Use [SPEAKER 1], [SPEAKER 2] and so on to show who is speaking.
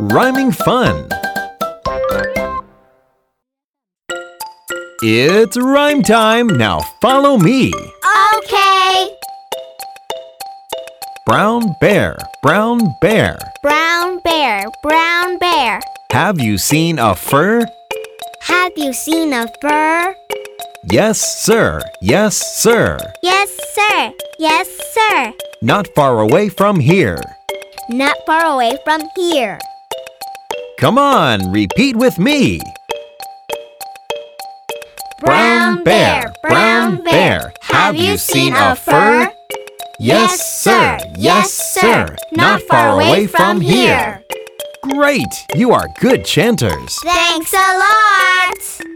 [SPEAKER 1] Rhyming fun. It's rhyme time. Now follow me.
[SPEAKER 2] Okay.
[SPEAKER 1] Brown bear, brown bear.
[SPEAKER 2] Brown bear, brown bear.
[SPEAKER 1] Have you seen a fur?
[SPEAKER 2] Have you seen a fur?
[SPEAKER 1] Yes, sir. Yes, sir.
[SPEAKER 2] Yes, sir. Yes, sir.
[SPEAKER 1] Not far away from here.
[SPEAKER 2] Not far away from here.
[SPEAKER 1] Come on, repeat with me.
[SPEAKER 2] Brown bear, brown bear. Have you seen a fur?
[SPEAKER 1] Yes, sir. Yes, sir. Not far away from here. Great! You are good chanters.
[SPEAKER 2] Thanks a lot.